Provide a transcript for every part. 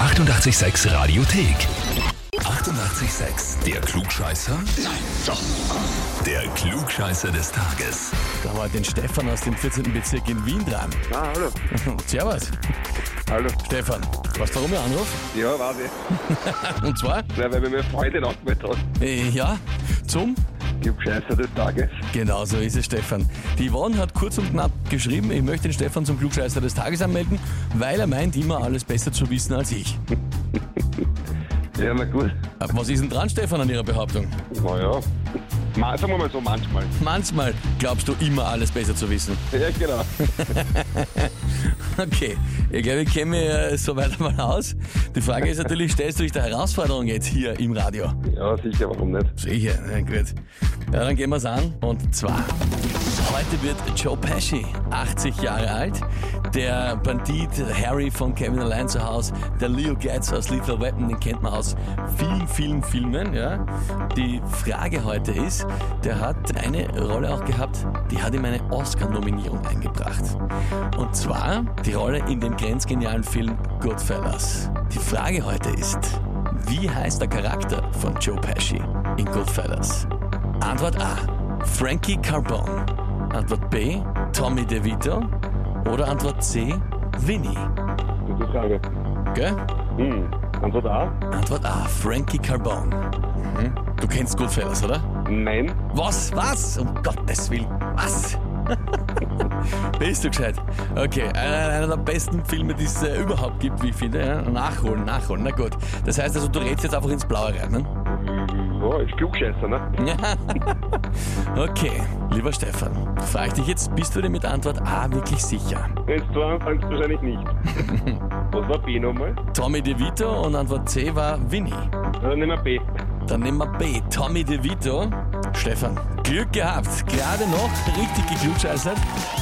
886 Radiothek. 88,6. Der Klugscheißer? Nein, doch. Der Klugscheißer des Tages. Da haben wir den Stefan aus dem 14. Bezirk in Wien dran. Ah, hallo. Servus, Hallo. Stefan. Weißt du, warum ich anrufe? Ja, weiß ich. Und zwar, Nein, weil mir meine Freundin angemeldet hat. äh, ja, zum... Ich hab Scheiße des Tages. Genau so ist es, Stefan. Die Yvonne hat kurz und knapp geschrieben, ich möchte den Stefan zum Klugscheißer des Tages anmelden, weil er meint, immer alles besser zu wissen als ich. Ja, na gut. Aber was ist denn dran, Stefan, an Ihrer Behauptung? Na ja. Ma, sagen wir mal so, manchmal. Manchmal glaubst du immer alles besser zu wissen. Ja, genau. Okay, ich glaube, ich kenne mich äh, soweit einmal aus. Die Frage ist natürlich, stellst du dich der Herausforderung jetzt hier im Radio? Ja, sicher, warum nicht? Sicher, na gut. Ja, dann gehen wir's an. Und zwar, heute wird Joe Pesci 80 Jahre alt. Der Bandit Harry von Kevin allein zu Haus, der Leo Gates aus Lethal Weapon, den kennt man aus vielen, vielen Filmen. Ja. Die Frage heute ist, der hat eine Rolle auch gehabt, die hat ihm eine Oscar-Nominierung eingebracht. Und zwar die Rolle in dem grenzgenialen Film Goodfellas. Die Frage heute ist, wie heißt der Charakter von Joe Pesci in Goodfellas? Antwort A. Frankie Carbone. Antwort B. Tommy DeVito. Oder Antwort C. Vinny. Gute Frage. Gell? Hm. Antwort A? Antwort A. Frankie Carbone. Mhm. Du kennst Goodfellas, oder? Nein. Was? Was? Um Gottes Willen. Was? Bist du gescheit? Okay, einer einer der besten Filme, die es äh, überhaupt gibt, wie ich finde. Ja? Nachholen, nachholen. Na gut. Das heißt also, du redest jetzt einfach ins Blaue rein, ne? Ja, ist Klugscheißer, ne? Ja. Okay, lieber Stefan, frage ich dich jetzt, bist du dir mit Antwort A wirklich sicher? Jetzt zu Anfangs wahrscheinlich nicht. Was war B nochmal? Tommy DeVito und Antwort C war Winnie. Dann nehmen wir B. Dann nehmen wir B, Tommy DeVito. Stefan, Glück gehabt, gerade noch richtig geklugscheißert.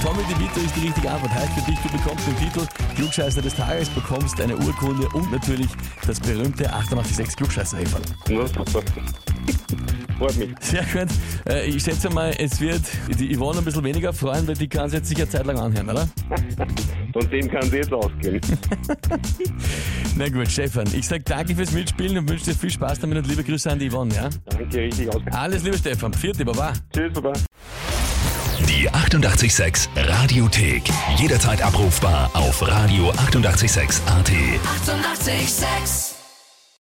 Tommy DeVito ist die richtige Antwort. Heißt für dich, du bekommst den Titel Klugscheißer des Tages, bekommst eine Urkunde und natürlich das berühmte 886 klugscheißer -Häferl. Na, super. Freut mich. Sehr schön. Äh, ich schätze mal, es wird die Yvonne ein bisschen weniger freuen, weil die kann es jetzt sicher zeitlang anhören, oder? Von dem kann sie jetzt ausgehen. Na gut, Stefan, ich sag danke fürs Mitspielen und wünsche dir viel Spaß damit und liebe Grüße an die Yvonne, ja? Danke, richtig aus. Alles Liebe, Stefan. Vierte, Baba. Tschüss, Baba. Die 88,6 Radiothek. Jederzeit abrufbar auf radio886.at. 88,6. Eighty-eight, sex.